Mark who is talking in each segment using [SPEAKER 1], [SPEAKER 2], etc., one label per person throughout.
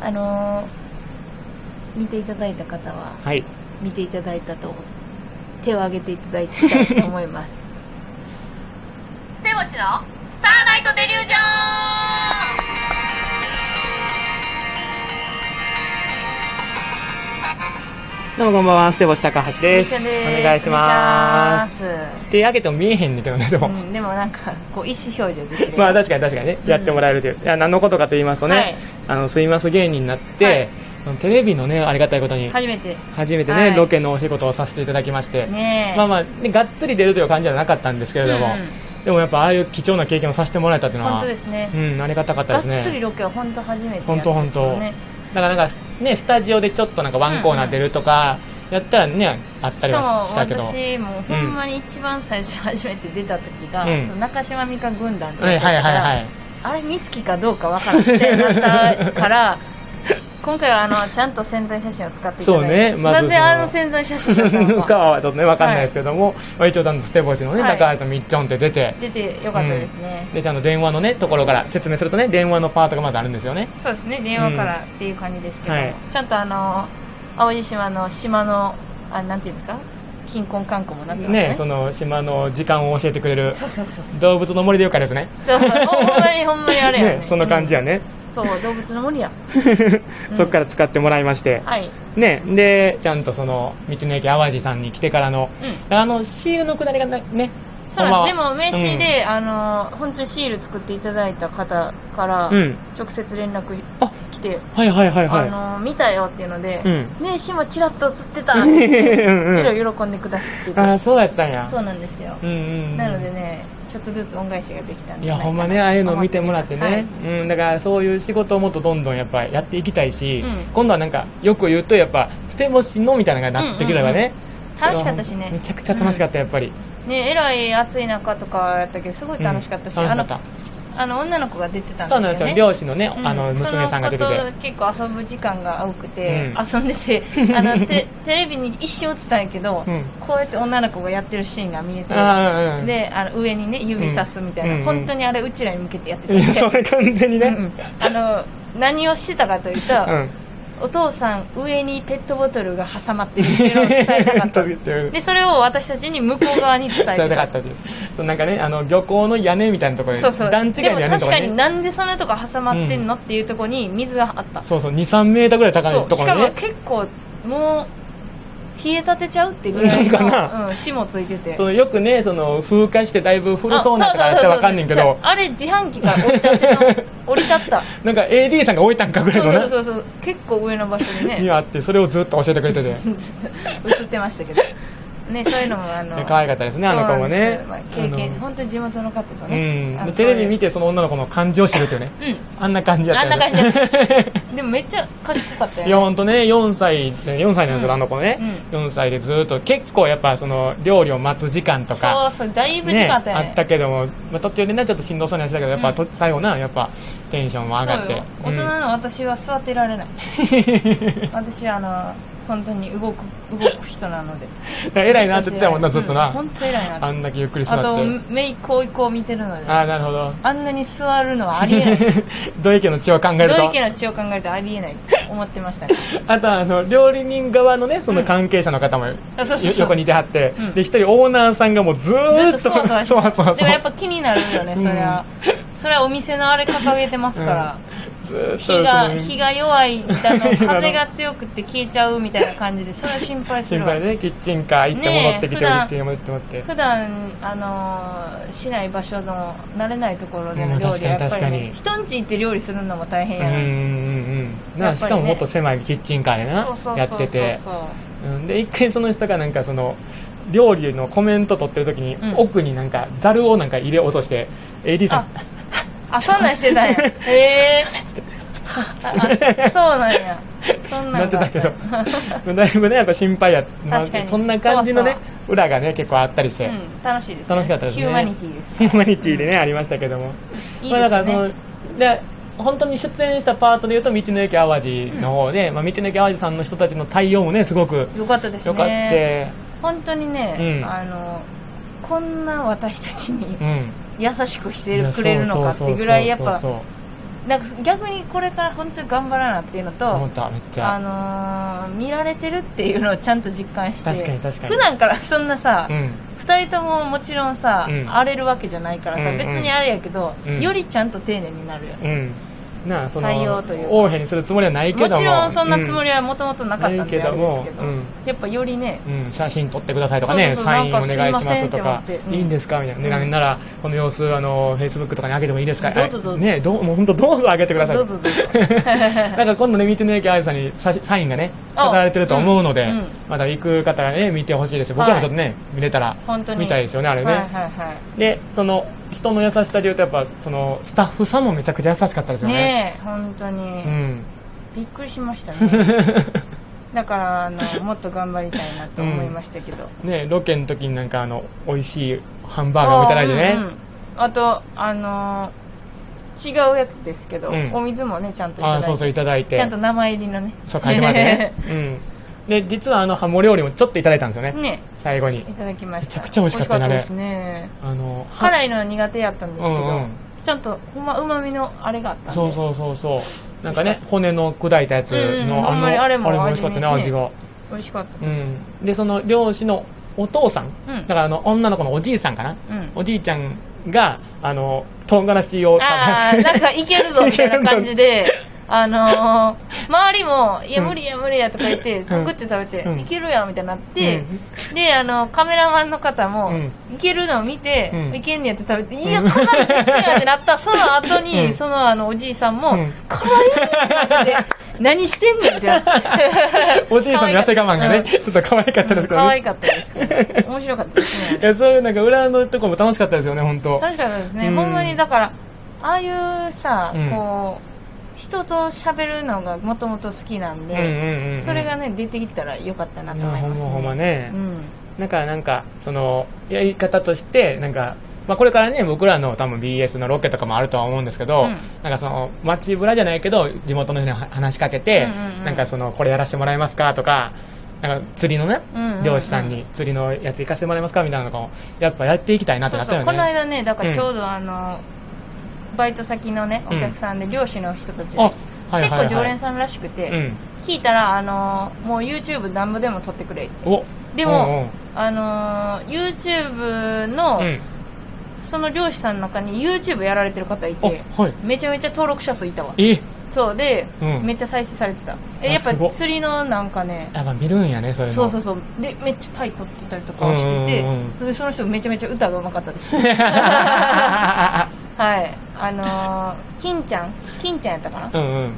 [SPEAKER 1] あのー見ていただいた方は
[SPEAKER 2] はい
[SPEAKER 1] 見ていただいたと手を挙げていただいてたいと思います
[SPEAKER 3] ステボシのスターナイトデリュージョン
[SPEAKER 2] どうもこんばんはステボシ高橋
[SPEAKER 1] み
[SPEAKER 2] で
[SPEAKER 1] ー
[SPEAKER 2] す
[SPEAKER 1] ちゃんです
[SPEAKER 2] お願いしま
[SPEAKER 1] お願いします
[SPEAKER 2] 手上げても見えへんねんけどねでも、
[SPEAKER 1] す、うん、でもなんかこう意思表示できる
[SPEAKER 2] まあ確かに確かにね、やってもらえるといういや何のことかと言いますとね、
[SPEAKER 1] はい
[SPEAKER 2] あのすいます芸人になって、
[SPEAKER 1] はい
[SPEAKER 2] あのテレビのねありがたいことに
[SPEAKER 1] 初めて
[SPEAKER 2] 初めてね、
[SPEAKER 1] はい
[SPEAKER 2] ロケのお仕事をさせていただきまして、
[SPEAKER 1] ねえ
[SPEAKER 2] まあまあ、ね、がっつり出るという感じではなかったんですけれども、
[SPEAKER 1] うん
[SPEAKER 2] でもやっぱああいう貴重な経験をさせてもらえたというのは
[SPEAKER 1] 本当ですね、
[SPEAKER 2] うん、ありがたかった
[SPEAKER 1] が
[SPEAKER 2] で
[SPEAKER 1] っ
[SPEAKER 2] す
[SPEAKER 1] つり
[SPEAKER 2] ね
[SPEAKER 1] ロケは本当初めてやったん
[SPEAKER 2] 本
[SPEAKER 1] ですよ
[SPEAKER 2] 当
[SPEAKER 1] ね
[SPEAKER 2] 本当だからなんかねスタジオでちょっとなんかワンコーナー出るとか、やったらねあった
[SPEAKER 1] し
[SPEAKER 2] り
[SPEAKER 1] か
[SPEAKER 2] は
[SPEAKER 1] も
[SPEAKER 2] したけど
[SPEAKER 1] 私もうほんまに一番最初初めて出た時が、
[SPEAKER 2] うん
[SPEAKER 1] その中島美嘉軍団って
[SPEAKER 2] は
[SPEAKER 1] や
[SPEAKER 2] い
[SPEAKER 1] つだ
[SPEAKER 2] はい
[SPEAKER 1] か
[SPEAKER 2] はい
[SPEAKER 1] ら
[SPEAKER 2] はい
[SPEAKER 1] あれ美月かどうかわからんってなった から今回はあのちゃんと宣材写真を使っていただいて
[SPEAKER 2] そうねまずその
[SPEAKER 1] なぜあの宣材写真だったの
[SPEAKER 2] か
[SPEAKER 1] か
[SPEAKER 2] はちょっとね分かんないですけども、まあ一応ちゃんとステボシのね、
[SPEAKER 1] はい
[SPEAKER 2] 高橋とみっちょんって出て
[SPEAKER 1] 出てよかったですね、
[SPEAKER 2] でちゃんと電話のねところから説明するとね電話のパートがまずあるんですよね
[SPEAKER 1] そうですね電話からっていう感じですけど、
[SPEAKER 2] うんはい
[SPEAKER 1] ちゃんとあの淡路島の島のあなんていうんですか貧困観光もなってますね
[SPEAKER 2] ねその島の時間を教えてくれる
[SPEAKER 1] そうそうそう
[SPEAKER 2] 動物の森でよかですね
[SPEAKER 1] そうそうそうほんまにほんまにあれやね
[SPEAKER 2] ねそんな感じやね、
[SPEAKER 1] うんそう動物の森や
[SPEAKER 2] そっから使ってもらいまして、
[SPEAKER 1] はい
[SPEAKER 2] ねでちゃんとその道の駅淡路さんに来てからの、あのシールのくだりがなね
[SPEAKER 1] そう
[SPEAKER 2] ほんま
[SPEAKER 1] なんでも
[SPEAKER 2] は
[SPEAKER 1] 名刺で、あの本当にシール作っていただいた方から、
[SPEAKER 2] うん、うん
[SPEAKER 1] 直接連絡
[SPEAKER 2] あ
[SPEAKER 1] 来て、
[SPEAKER 2] はいはいはいはい
[SPEAKER 1] あの見たよっていうので、
[SPEAKER 2] うん
[SPEAKER 1] 名刺もちらっと映ってたっ
[SPEAKER 2] うん
[SPEAKER 1] て
[SPEAKER 2] うん
[SPEAKER 1] 色々喜んでくださってて
[SPEAKER 2] あそうやったんや
[SPEAKER 1] そうなんですよ、
[SPEAKER 2] うんうんうん
[SPEAKER 1] なのでねちょっとずつ恩返しができたん
[SPEAKER 2] い
[SPEAKER 1] で
[SPEAKER 2] やほんまねああいうの見てもらってね、
[SPEAKER 1] はい
[SPEAKER 2] うん、だからそういう仕事をもっとどんどんやっぱやっていきたいし、
[SPEAKER 1] うん
[SPEAKER 2] 今度はなんかよく言うとやっぱ捨て星のみたいなのがなってくればね、
[SPEAKER 1] うんうんうん楽しかったしね
[SPEAKER 2] めちゃくちゃ楽しかったやっぱり、
[SPEAKER 1] ねえらい暑い中とかやったけどすごい楽しかったし、
[SPEAKER 2] うん
[SPEAKER 1] あ
[SPEAKER 2] 楽
[SPEAKER 1] の
[SPEAKER 2] しかっ
[SPEAKER 1] あの女の子が出てた
[SPEAKER 2] たそうなん
[SPEAKER 1] んで
[SPEAKER 2] です
[SPEAKER 1] すよ
[SPEAKER 2] よ、
[SPEAKER 1] ね
[SPEAKER 2] 漁師のね、
[SPEAKER 1] うん
[SPEAKER 2] あの娘さんが出て
[SPEAKER 1] その
[SPEAKER 2] て
[SPEAKER 1] 子と結構遊ぶ時間が多くて、
[SPEAKER 2] う
[SPEAKER 1] 遊んで てあのテテレビに一瞬落ちたんやけど、
[SPEAKER 2] うん
[SPEAKER 1] こうやって女の子がやってるシーンが見えて
[SPEAKER 2] ああうんうん
[SPEAKER 1] であの上にね指さすみたいな、
[SPEAKER 2] うん
[SPEAKER 1] 本当にあれうちらに向けてやってた
[SPEAKER 2] いやそ
[SPEAKER 1] んで、
[SPEAKER 2] れ完全にね、
[SPEAKER 1] うんうんあの何をしてたかというと、
[SPEAKER 2] うん
[SPEAKER 1] お父さん上にペットボトルが挟まってるっていうのを伝えたかっ た
[SPEAKER 2] 助けてる
[SPEAKER 1] でそれを私たちに向こう側に伝え
[SPEAKER 2] 伝え
[SPEAKER 1] て
[SPEAKER 2] たか
[SPEAKER 1] た
[SPEAKER 2] ったというそうなんかねあの漁港の屋根みたいなところに
[SPEAKER 1] そうそう
[SPEAKER 2] 段違いの
[SPEAKER 1] でも
[SPEAKER 2] 屋根の
[SPEAKER 1] 確
[SPEAKER 2] ところ
[SPEAKER 1] かに
[SPEAKER 2] にね
[SPEAKER 1] なんでそんなとこ挟まってんの、っていうところに水があった
[SPEAKER 2] そうそう23メーターぐらい高い
[SPEAKER 1] そ
[SPEAKER 2] と
[SPEAKER 1] う
[SPEAKER 2] こ
[SPEAKER 1] し
[SPEAKER 2] ろ
[SPEAKER 1] か
[SPEAKER 2] に
[SPEAKER 1] も
[SPEAKER 2] ね
[SPEAKER 1] 結構もう冷え立てちゃうってぐらい
[SPEAKER 2] なんかな
[SPEAKER 1] の、うん、死もついてて
[SPEAKER 2] そのよくねその風化してだいぶ古
[SPEAKER 1] あ
[SPEAKER 2] そうなとかやったらわかんねんけ
[SPEAKER 1] そうそう
[SPEAKER 2] ど
[SPEAKER 1] そうじゃああれ自販機から降り立 っての降り立った
[SPEAKER 2] なんか AD さんが置いたんかぐらい
[SPEAKER 1] そう
[SPEAKER 2] の
[SPEAKER 1] そう
[SPEAKER 2] ね
[SPEAKER 1] そうそう結構上の場所で
[SPEAKER 2] に
[SPEAKER 1] ね
[SPEAKER 2] あってそれをずっと教えてくれてて
[SPEAKER 1] ずっと映ってましたけどねそういうのもあの
[SPEAKER 2] 可愛かったですねあの子もね
[SPEAKER 1] そうなんですよまあ、経
[SPEAKER 2] あ
[SPEAKER 1] 験
[SPEAKER 2] の
[SPEAKER 1] 本当に地元の方と
[SPEAKER 2] う
[SPEAKER 1] ね、あの
[SPEAKER 2] んテレビ見
[SPEAKER 1] て
[SPEAKER 2] てその女の子の感じを知るっていうね
[SPEAKER 1] うん
[SPEAKER 2] あんな感じやっ
[SPEAKER 1] あん
[SPEAKER 2] た
[SPEAKER 1] な
[SPEAKER 2] よ
[SPEAKER 1] 感
[SPEAKER 2] ね
[SPEAKER 1] じだ ったでもめっちゃ賢かった
[SPEAKER 2] いや
[SPEAKER 1] よね
[SPEAKER 2] ほんとね4歳4歳なんですよ、
[SPEAKER 1] うん
[SPEAKER 2] あの子ね、4歳でずっと結構やっぱその料理を待つ時間とか
[SPEAKER 1] そうそうだいぶ時間あったよね
[SPEAKER 2] あったけども、まあ、途中でねちょっとしんどそうにはしたけどやっぱ、
[SPEAKER 1] うん
[SPEAKER 2] と最後なやっぱテンションも上がっ
[SPEAKER 1] そう
[SPEAKER 2] て
[SPEAKER 1] よ大人の私は座ってら れない私はあの本当に動く動く人なので
[SPEAKER 2] うん偉いなって言ってたもんなずっとな、
[SPEAKER 1] うん本当偉いな
[SPEAKER 2] あ
[SPEAKER 1] って
[SPEAKER 2] んだけゆっくり
[SPEAKER 1] あ
[SPEAKER 2] 座って
[SPEAKER 1] とめいっ子甥っ子を見てるので
[SPEAKER 2] ああなるほど
[SPEAKER 1] あんなに座るのはありえない
[SPEAKER 2] 土井家の血を考える
[SPEAKER 1] どうい
[SPEAKER 2] と
[SPEAKER 1] う家の血を考えるとありえないって思ってました ね
[SPEAKER 2] あとはあの料理人側のねその関係者の方もよ
[SPEAKER 1] あそうそうそう
[SPEAKER 2] 横にいてはって、
[SPEAKER 1] うん
[SPEAKER 2] で一人オーナーさんがもうず
[SPEAKER 1] ず
[SPEAKER 2] ー
[SPEAKER 1] っ
[SPEAKER 2] っと
[SPEAKER 1] とそわそわして
[SPEAKER 2] そわそわ
[SPEAKER 1] でもやっぱ気になるよねそれは、それはお店のあれ掲げてますから、
[SPEAKER 2] ずーっと
[SPEAKER 1] 火が
[SPEAKER 2] その
[SPEAKER 1] 火が弱いだの風が強くて消えちゃうみたいな感じでそれは心配す
[SPEAKER 2] 心
[SPEAKER 1] るわ
[SPEAKER 2] 配ねキッチンカー行って
[SPEAKER 1] ねえ
[SPEAKER 2] 戻ってきて
[SPEAKER 1] 普段
[SPEAKER 2] 行って戻って戻って
[SPEAKER 1] 普段あのーしない場所の慣れないところで
[SPEAKER 2] う
[SPEAKER 1] の
[SPEAKER 2] ん
[SPEAKER 1] 料理はやっぱ
[SPEAKER 2] 確
[SPEAKER 1] り
[SPEAKER 2] かに
[SPEAKER 1] ね人んち行って料理するのも大変
[SPEAKER 2] うんうん
[SPEAKER 1] やな
[SPEAKER 2] うんな
[SPEAKER 1] やっぱりね
[SPEAKER 2] しかももっと狭いキッチンカーでな
[SPEAKER 1] そうそう
[SPEAKER 2] や
[SPEAKER 1] そう
[SPEAKER 2] ってて
[SPEAKER 1] そう
[SPEAKER 2] うんで一回その人がなんかその料理のコメント取ってる時に、
[SPEAKER 1] うん
[SPEAKER 2] 奥になんかざるをなんか入れ落として AD さん
[SPEAKER 1] あそんなんしてたんや へえー、あそうなんやそんな
[SPEAKER 2] なんって
[SPEAKER 1] があ
[SPEAKER 2] た
[SPEAKER 1] った
[SPEAKER 2] けどだいぶねやっぱ心配やま あ
[SPEAKER 1] 確かに
[SPEAKER 2] そんな感じのね
[SPEAKER 1] そう
[SPEAKER 2] 裏がね結構あったりして、
[SPEAKER 1] うん、楽しいです、ね、
[SPEAKER 2] 楽しかったですね
[SPEAKER 1] ヒューマニティです
[SPEAKER 2] ヒューマニティでね、ありましたけども
[SPEAKER 1] いい
[SPEAKER 2] まあ、だから
[SPEAKER 1] です
[SPEAKER 2] そ
[SPEAKER 1] ね、
[SPEAKER 2] ので本当に出演したパートでいうと道の駅淡路の方で、まあ、道の駅淡路さんの人たちの対応もねすごく
[SPEAKER 1] よかったですね
[SPEAKER 2] 良かって、
[SPEAKER 1] 本当にね、
[SPEAKER 2] うん
[SPEAKER 1] あのこんな私たちに
[SPEAKER 2] うん
[SPEAKER 1] 優しくし
[SPEAKER 2] い
[SPEAKER 1] て
[SPEAKER 2] や
[SPEAKER 1] くれるのかってぐらいやっ
[SPEAKER 2] そう
[SPEAKER 1] ぱ
[SPEAKER 2] そうそう
[SPEAKER 1] なんか逆にこれから本当に頑張らなっていうのと
[SPEAKER 2] 思っ、ためっち
[SPEAKER 1] あ
[SPEAKER 2] ゃ
[SPEAKER 1] のー見られてるっていうのをちゃんと実感して
[SPEAKER 2] 確かに確かに
[SPEAKER 1] 普段からそんなさ、
[SPEAKER 2] うん
[SPEAKER 1] 2人とももちろんさ、
[SPEAKER 2] うん
[SPEAKER 1] 荒れるわけじゃないからさ、
[SPEAKER 2] うんうん
[SPEAKER 1] 別にあれやけど、
[SPEAKER 2] うん
[SPEAKER 1] よりちゃんと丁寧になるよね、
[SPEAKER 2] うんなあその
[SPEAKER 1] 対応というか
[SPEAKER 2] 横柄にするつもりはないけ
[SPEAKER 1] も
[SPEAKER 2] ども
[SPEAKER 1] ちろんそんなつもり
[SPEAKER 2] は、
[SPEAKER 1] はもともとなかったんであれですけど、
[SPEAKER 2] うんないけどもうん
[SPEAKER 1] やっぱよりね
[SPEAKER 2] うん写真撮ってくださいとかね
[SPEAKER 1] そうそうそう
[SPEAKER 2] サインお願いしますと
[SPEAKER 1] なん
[SPEAKER 2] か
[SPEAKER 1] かすいませんって思ってうん
[SPEAKER 2] いいんですかみたいな、ねなんならこの様子あのフェイスブックとかに上げてもいいですか
[SPEAKER 1] どうぞどうぞ
[SPEAKER 2] ねどうもう本当どうぞ上げてください
[SPEAKER 1] どうぞどうぞ
[SPEAKER 2] なんか今度ね、見てねえけあいさんにさサインがね、
[SPEAKER 1] あ
[SPEAKER 2] 語られてると思うので、
[SPEAKER 1] うんうん
[SPEAKER 2] まだ行く方がね、見てほしいですよ。僕らもちょっとね、見れたら
[SPEAKER 1] 本当、に
[SPEAKER 2] 見たいですよね、あれね。
[SPEAKER 1] はいはいは
[SPEAKER 2] で、その、人の優しさで言うと、やっぱ、その、スタッフさんもめちゃくちゃ優しかったです
[SPEAKER 1] い
[SPEAKER 2] よね。
[SPEAKER 1] ねえ本当に、
[SPEAKER 2] うん。
[SPEAKER 1] びっくりしましたね だからあのもっと頑張りたいなと思いましたけど、
[SPEAKER 2] ねロケの時になんか、あの、美味しいハンバーガーをいただいてね
[SPEAKER 1] あ,、。あとあの違うやつですけど、
[SPEAKER 2] うん
[SPEAKER 1] お水もねちゃんといただ
[SPEAKER 2] あ
[SPEAKER 1] い
[SPEAKER 2] ー
[SPEAKER 1] て
[SPEAKER 2] そうそう、いただいて。
[SPEAKER 1] ちゃんと名前入りのね
[SPEAKER 2] そう、書いてもらってね。うん。で、実はあの、ハモ料理もちょっといただいたんですよね。
[SPEAKER 1] ね
[SPEAKER 2] 最後に
[SPEAKER 1] い。ただきました
[SPEAKER 2] めちゃくちゃ美味しかったね
[SPEAKER 1] 美味ですね
[SPEAKER 2] あの、は
[SPEAKER 1] 辛いのは苦手やったんですけど、
[SPEAKER 2] うんうん
[SPEAKER 1] ちゃんとほんまうまみのあれがあったんで
[SPEAKER 2] そうそうそうそうなんかね骨の砕いたやつの、
[SPEAKER 1] うんうん
[SPEAKER 2] あ
[SPEAKER 1] ほん
[SPEAKER 2] の
[SPEAKER 1] まにあれも
[SPEAKER 2] 美味しかったね
[SPEAKER 1] 味
[SPEAKER 2] 味
[SPEAKER 1] に
[SPEAKER 2] が、
[SPEAKER 1] 美味しかった
[SPEAKER 2] う
[SPEAKER 1] です、
[SPEAKER 2] ん、でその漁師のお父さん、
[SPEAKER 1] うん
[SPEAKER 2] だからあの女の子のおじいさんかな、
[SPEAKER 1] うん
[SPEAKER 2] おじいちゃんがあの唐辛子を
[SPEAKER 1] ああ
[SPEAKER 2] 食べ
[SPEAKER 1] なんかいけるぞみたいな感じであの ー周りも「いや
[SPEAKER 2] うん
[SPEAKER 1] 無理や無理や」とか言ってパクって食べて「
[SPEAKER 2] うん
[SPEAKER 1] いけるやん」みたいになってであのカメラマンの方も
[SPEAKER 2] う
[SPEAKER 1] いけるのを見て
[SPEAKER 2] うん
[SPEAKER 1] いけんねやって食べて「いや辛いですよ」ってな ったその後
[SPEAKER 2] う
[SPEAKER 1] に
[SPEAKER 2] ん
[SPEAKER 1] そのあのおじいさんも
[SPEAKER 2] うん
[SPEAKER 1] 「辛いですよ」ってなって何してんねんみたい な
[SPEAKER 2] おじいさんの痩せ我慢がね、ちょっと可愛かったですけど
[SPEAKER 1] 可
[SPEAKER 2] ね、
[SPEAKER 1] 愛かったですけど面白かったですね
[SPEAKER 2] いやそういうなんか裏のとこも楽しかったですよね本当
[SPEAKER 1] 確かにですね、
[SPEAKER 2] うん
[SPEAKER 1] ほんまにだからああいうさ、
[SPEAKER 2] うん
[SPEAKER 1] こう人と喋るのがもともと好きなん
[SPEAKER 2] うんうん
[SPEAKER 1] で、
[SPEAKER 2] うんうん
[SPEAKER 1] それがね出てきたらよかったなと思い
[SPEAKER 2] いや
[SPEAKER 1] ますね
[SPEAKER 2] ほんまほんまね
[SPEAKER 1] うん
[SPEAKER 2] だからなんかそのやり方としてなんか、まあ、これからね僕らの多分 BS のロケとかもあるとは思うんですけ
[SPEAKER 1] う
[SPEAKER 2] ど、
[SPEAKER 1] ん
[SPEAKER 2] なんかその街ぶらじゃないけど地元の人には話しかけて、
[SPEAKER 1] うんうんうん
[SPEAKER 2] なんかそのこれやらせてもらえますかとかなんか釣りのね、
[SPEAKER 1] うんうんうん
[SPEAKER 2] 漁師さんに釣りのやつ行かせてもらえますかみたいなのとかもやっぱやっていきたいなっ
[SPEAKER 1] そ
[SPEAKER 2] て
[SPEAKER 1] う
[SPEAKER 2] なっ
[SPEAKER 1] そう
[SPEAKER 2] たよ
[SPEAKER 1] この
[SPEAKER 2] ね。
[SPEAKER 1] 間ねだから
[SPEAKER 2] うん
[SPEAKER 1] ちょうどあの、バイト先のねお客さんで漁師の人たち、
[SPEAKER 2] あはい
[SPEAKER 1] 結
[SPEAKER 2] はいはい
[SPEAKER 1] 構常連さんらしくて、
[SPEAKER 2] うん、
[SPEAKER 1] 聞いたらあのもう YouTube 何部でも撮ってくれって
[SPEAKER 2] お
[SPEAKER 1] でも、あの YouTube
[SPEAKER 2] う
[SPEAKER 1] の、
[SPEAKER 2] んうんうん
[SPEAKER 1] その漁師さんの中に YouTube やられてる方いて
[SPEAKER 2] あはい
[SPEAKER 1] めちゃめちゃ登録者数いたわ
[SPEAKER 2] え
[SPEAKER 1] そうで、
[SPEAKER 2] うん
[SPEAKER 1] めっちゃ再生されてたえ
[SPEAKER 2] あ
[SPEAKER 1] やっぱ
[SPEAKER 2] すごっ
[SPEAKER 1] 釣りのなんかね
[SPEAKER 2] やっぱ見るんやねそういうの
[SPEAKER 1] そうそうそうでめっちゃタイ取ってたりとかをしてて、
[SPEAKER 2] うんうん
[SPEAKER 1] でその人めちゃめちゃ歌がうまかった ですはいあのー、金ちゃん金ちゃんやったかな
[SPEAKER 2] うんうん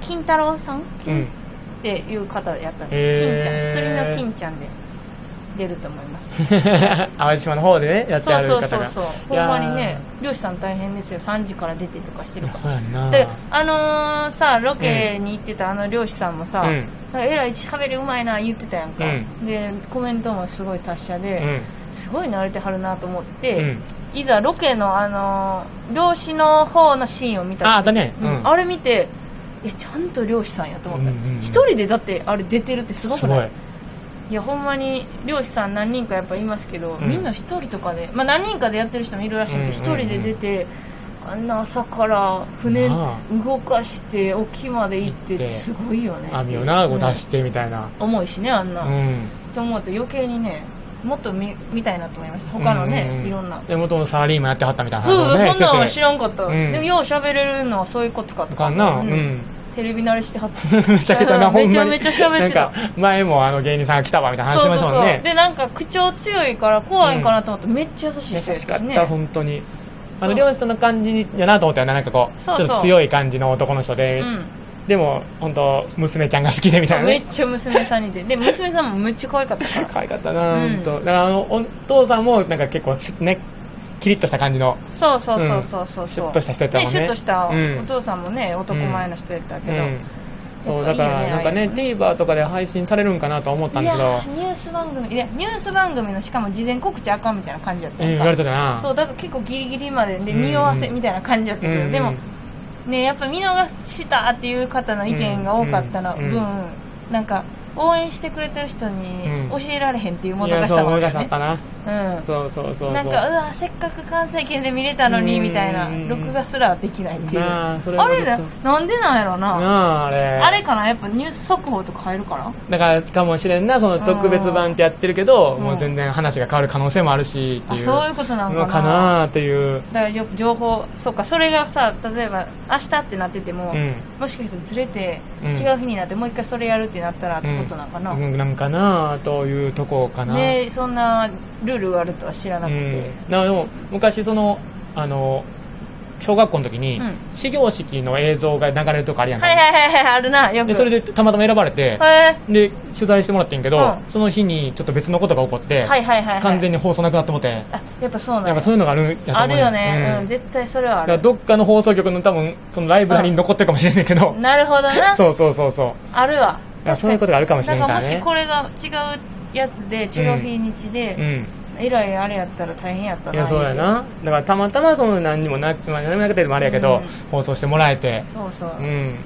[SPEAKER 1] 金太郎さん
[SPEAKER 2] う
[SPEAKER 1] 金
[SPEAKER 2] ん
[SPEAKER 1] っていう方やったん
[SPEAKER 2] へー
[SPEAKER 1] です、金ちゃん釣りの金ちゃんで出ると思います
[SPEAKER 2] 淡路島の方でねや って
[SPEAKER 1] そ
[SPEAKER 2] あ
[SPEAKER 1] う
[SPEAKER 2] る
[SPEAKER 1] そ
[SPEAKER 2] 方
[SPEAKER 1] う
[SPEAKER 2] が
[SPEAKER 1] そうそうほ
[SPEAKER 2] い
[SPEAKER 1] ん
[SPEAKER 2] やー
[SPEAKER 1] まにね漁師さん大変ですよ3時から出てとかしてる
[SPEAKER 2] いや
[SPEAKER 1] から
[SPEAKER 2] そうやんな
[SPEAKER 1] であのーさロケに行ってたあの漁師さんもさ、
[SPEAKER 2] うん
[SPEAKER 1] えらい喋りうまいな言ってたやんか、
[SPEAKER 2] うん
[SPEAKER 1] でコメントもすごい達者
[SPEAKER 2] う
[SPEAKER 1] で、
[SPEAKER 2] ん
[SPEAKER 1] すごい慣れてはるなと思って、
[SPEAKER 2] うん
[SPEAKER 1] いざロケのあのー漁師の方のシーンを見た時
[SPEAKER 2] ああったね
[SPEAKER 1] うん
[SPEAKER 2] うん
[SPEAKER 1] あれ見ていやちゃんと漁師さんやと思った
[SPEAKER 2] うんうんうん
[SPEAKER 1] 一、人でだってあれ出てるってすごくないいやほんまに漁師さん何人かやっぱいますけど、
[SPEAKER 2] うん
[SPEAKER 1] みんな一人とかで、まあ、何人かでやってる人もいるらしいけど一、
[SPEAKER 2] うんうんうん
[SPEAKER 1] 人で出てあんな朝から船
[SPEAKER 2] な
[SPEAKER 1] 動かして沖まで行ってっ
[SPEAKER 2] 行って
[SPEAKER 1] てすごいよね
[SPEAKER 2] 網をなこう出
[SPEAKER 1] し、
[SPEAKER 2] してみたいな、
[SPEAKER 1] うん重いしねあんな、
[SPEAKER 2] うん、
[SPEAKER 1] と思うと余計にねもっと見見たいなと思いました他のね、
[SPEAKER 2] うう
[SPEAKER 1] いろんな
[SPEAKER 2] で元のサラリーマンやってはったみたいな
[SPEAKER 1] そうそう、
[SPEAKER 2] ね
[SPEAKER 1] そんなんは
[SPEAKER 2] して
[SPEAKER 1] 知らんかった、
[SPEAKER 2] うん
[SPEAKER 1] でもよう喋れるのはそういうことかと
[SPEAKER 2] て
[SPEAKER 1] か
[SPEAKER 2] かなうん、
[SPEAKER 1] テレビ慣れしてはった
[SPEAKER 2] めちゃくちゃなほんまに
[SPEAKER 1] めちゃめちゃ喋ってた
[SPEAKER 2] なんか前もあの芸人さんが来たわみたいな 話
[SPEAKER 1] そ
[SPEAKER 2] し
[SPEAKER 1] う
[SPEAKER 2] ま
[SPEAKER 1] そう
[SPEAKER 2] した
[SPEAKER 1] そ
[SPEAKER 2] も
[SPEAKER 1] うん
[SPEAKER 2] ね
[SPEAKER 1] でなんか口調強いから怖いんかなと思って、めっちゃ優しい人
[SPEAKER 2] 優
[SPEAKER 1] や
[SPEAKER 2] しかった、
[SPEAKER 1] ね
[SPEAKER 2] 本当にあ
[SPEAKER 1] そ
[SPEAKER 2] の
[SPEAKER 1] う
[SPEAKER 2] 漁師さんの感じやなと思ったよねなんかこう
[SPEAKER 1] そうそう
[SPEAKER 2] ちょっと強い感じの男の人で、
[SPEAKER 1] うん
[SPEAKER 2] でも本当娘ちゃんが好きでみたいな
[SPEAKER 1] め
[SPEAKER 2] ね
[SPEAKER 1] っちゃ娘さんにでで娘さんもめっちゃ可愛かったから
[SPEAKER 2] 可愛かったな、
[SPEAKER 1] うん
[SPEAKER 2] 本当だからあのお父さんもなんか結構しねキリッとした感じの
[SPEAKER 1] そうそうそうそうそうそう
[SPEAKER 2] シュッとした人やったもんね
[SPEAKER 1] シュッとした
[SPEAKER 2] うん
[SPEAKER 1] お父さんもね、男前の人やったけど、
[SPEAKER 2] うん、そう
[SPEAKER 1] や
[SPEAKER 2] だ
[SPEAKER 1] っ
[SPEAKER 2] か
[SPEAKER 1] ぱいいよね
[SPEAKER 2] らなんか
[SPEAKER 1] ああい
[SPEAKER 2] ね
[SPEAKER 1] うの
[SPEAKER 2] TVer とかで配信されるんかなとは思ったん
[SPEAKER 1] い
[SPEAKER 2] だ
[SPEAKER 1] や
[SPEAKER 2] けど
[SPEAKER 1] ーニュース番組いやニュース番組のしかも事前告知あかんみたいな感じやった
[SPEAKER 2] うん
[SPEAKER 1] やん
[SPEAKER 2] 言
[SPEAKER 1] か
[SPEAKER 2] われてたな
[SPEAKER 1] そうだから結構ギリギリまでで
[SPEAKER 2] うん
[SPEAKER 1] 匂わせみたいな感じやったけど、
[SPEAKER 2] うん
[SPEAKER 1] でもねやっぱ見逃したっていう方の意見が多かったの
[SPEAKER 2] うん
[SPEAKER 1] 分、なんか応援してくれてる人に
[SPEAKER 2] うん
[SPEAKER 1] 教えられへんっていうも
[SPEAKER 2] い
[SPEAKER 1] ど
[SPEAKER 2] や
[SPEAKER 1] かし
[SPEAKER 2] そう
[SPEAKER 1] さも
[SPEAKER 2] 思
[SPEAKER 1] あ
[SPEAKER 2] い
[SPEAKER 1] るよ
[SPEAKER 2] 出しあ
[SPEAKER 1] ね
[SPEAKER 2] ったな
[SPEAKER 1] うん
[SPEAKER 2] そうそうそうそう
[SPEAKER 1] なんかうわせっかく関西圏で見れたのに
[SPEAKER 2] うん
[SPEAKER 1] みたいな録画すらできないっていう
[SPEAKER 2] な
[SPEAKER 1] あ
[SPEAKER 2] あそれはちょっ
[SPEAKER 1] れ
[SPEAKER 2] と
[SPEAKER 1] だなんでなんやろな
[SPEAKER 2] なああれ
[SPEAKER 1] あれかなやっぱニュース速報とか入るから
[SPEAKER 2] だからかもしれんなその特別版ってやってるけど
[SPEAKER 1] うん
[SPEAKER 2] もう全然話が変わる可能性もあるしっ
[SPEAKER 1] あ
[SPEAKER 2] ていう
[SPEAKER 1] そういうことなの
[SPEAKER 2] の
[SPEAKER 1] か
[SPEAKER 2] か
[SPEAKER 1] な
[SPEAKER 2] なっていう
[SPEAKER 1] だからよ情報そうかそれがさ例えば明日ってなってても、
[SPEAKER 2] うん
[SPEAKER 1] もしかしてずれて、
[SPEAKER 2] うん
[SPEAKER 1] 違う日になってもう一回それやるってなったらってことなのかな、
[SPEAKER 2] うんなんかなというとこかな
[SPEAKER 1] ねそんなルールがあるとは知らな
[SPEAKER 2] う
[SPEAKER 1] くて、
[SPEAKER 2] ん、なでも昔そのあの小学校の時に、
[SPEAKER 1] うん
[SPEAKER 2] 始業式の映像が流れるとこあるやんか、
[SPEAKER 1] はいはいはいはいあるなよく
[SPEAKER 2] でそれでたまたま選ばれて、
[SPEAKER 1] へ
[SPEAKER 2] で取材してもらってんけど、
[SPEAKER 1] うん
[SPEAKER 2] その日にちょっと別のことが起こって、
[SPEAKER 1] ーはいはいはい、はい、
[SPEAKER 2] 完全に放送なくなってもて
[SPEAKER 1] あやっぱそうな
[SPEAKER 2] なん
[SPEAKER 1] ん
[SPEAKER 2] か
[SPEAKER 1] や
[SPEAKER 2] そういうのがあるんやと思う
[SPEAKER 1] あるよね、うん
[SPEAKER 2] うんだ
[SPEAKER 1] 絶対それはあ
[SPEAKER 2] から
[SPEAKER 1] る
[SPEAKER 2] どっかの放送局の多分そのライブに残ってるかもしれないけど、
[SPEAKER 1] なるほどな
[SPEAKER 2] そうそうそうそう
[SPEAKER 1] あるわ
[SPEAKER 2] いやそういうことがあるかもしれんから
[SPEAKER 1] な
[SPEAKER 2] ね
[SPEAKER 1] んかもしこれが違うやつで違う日にち
[SPEAKER 2] う
[SPEAKER 1] で、
[SPEAKER 2] ん
[SPEAKER 1] えらいあれやったら大変やったない
[SPEAKER 2] やそうやなだからたまたまその何にもなくまあ何もなくてもあれやけ
[SPEAKER 1] う
[SPEAKER 2] ど、
[SPEAKER 1] ん
[SPEAKER 2] 放送してもらえて
[SPEAKER 1] そうそう
[SPEAKER 2] う、ん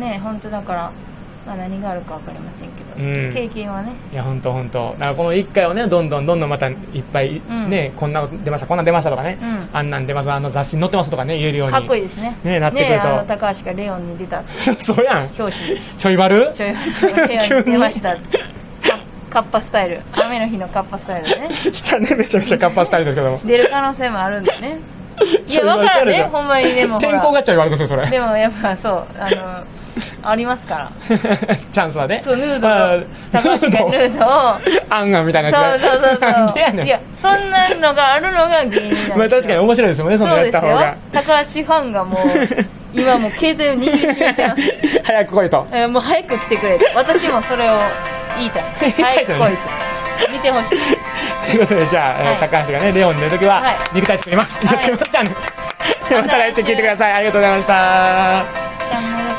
[SPEAKER 1] ね本当だから、まあ、何があるか分かりませんけど、
[SPEAKER 2] うん
[SPEAKER 1] 経験はね
[SPEAKER 2] いや本当本当だからこの1回をねどんどんどんどんまたいっぱい
[SPEAKER 1] ん
[SPEAKER 2] ね、こんなの出ましたこんなん出ましたとかね、
[SPEAKER 1] うん
[SPEAKER 2] あんなん出ますあの雑誌に載ってますとかね言えるように
[SPEAKER 1] かっこいい
[SPEAKER 2] い
[SPEAKER 1] ですね
[SPEAKER 2] ねなってくると
[SPEAKER 1] ねあの高橋がレオンに出たって
[SPEAKER 2] そうやん
[SPEAKER 1] 表紙
[SPEAKER 2] ちょいバル
[SPEAKER 1] ちょいレオンに出ましたカカッパスタイル雨の日のカッパスタイルね
[SPEAKER 2] したねめちゃめちゃ活発したいですけども
[SPEAKER 1] 出る可能性もあるんだねい
[SPEAKER 2] ちょ
[SPEAKER 1] や
[SPEAKER 2] いバ
[SPEAKER 1] 分
[SPEAKER 2] ル
[SPEAKER 1] か
[SPEAKER 2] ちゃ
[SPEAKER 1] ら
[SPEAKER 2] うんで
[SPEAKER 1] ね
[SPEAKER 2] しょ
[SPEAKER 1] ほんまにでもほ
[SPEAKER 2] 天
[SPEAKER 1] ら
[SPEAKER 2] 候がちょいバルですよそれ
[SPEAKER 1] でもやっぱそうあのありますから
[SPEAKER 2] チャンスはね
[SPEAKER 1] そうヌード
[SPEAKER 2] あ
[SPEAKER 1] の高橋がヌードを
[SPEAKER 2] アンアンみたいな
[SPEAKER 1] そう
[SPEAKER 2] やつ
[SPEAKER 1] そうそう
[SPEAKER 2] なんでや
[SPEAKER 1] そ
[SPEAKER 2] ね
[SPEAKER 1] う
[SPEAKER 2] ん
[SPEAKER 1] いやそんなのがあるのが原因なんですよ
[SPEAKER 2] まあ確かに面白いですもんねその
[SPEAKER 1] そう
[SPEAKER 2] やっ
[SPEAKER 1] です
[SPEAKER 2] た
[SPEAKER 1] よ
[SPEAKER 2] 方が
[SPEAKER 1] 高橋ファンがもう今もう携帯を握りしめてます、
[SPEAKER 2] 早く来いと
[SPEAKER 1] えーもう早く来てくれと私もそれを言いたい
[SPEAKER 2] 言
[SPEAKER 1] 早
[SPEAKER 2] い
[SPEAKER 1] く来
[SPEAKER 2] たい
[SPEAKER 1] い
[SPEAKER 2] のね
[SPEAKER 1] と見てほしい
[SPEAKER 2] ということでじゃあ、えー
[SPEAKER 1] はい
[SPEAKER 2] 高橋がねレオンに出るときは、
[SPEAKER 1] はい
[SPEAKER 2] 肉 体作ります、
[SPEAKER 1] はい
[SPEAKER 2] やってましたねまた来週聞いてくださいありがとうございました
[SPEAKER 1] じゃあもう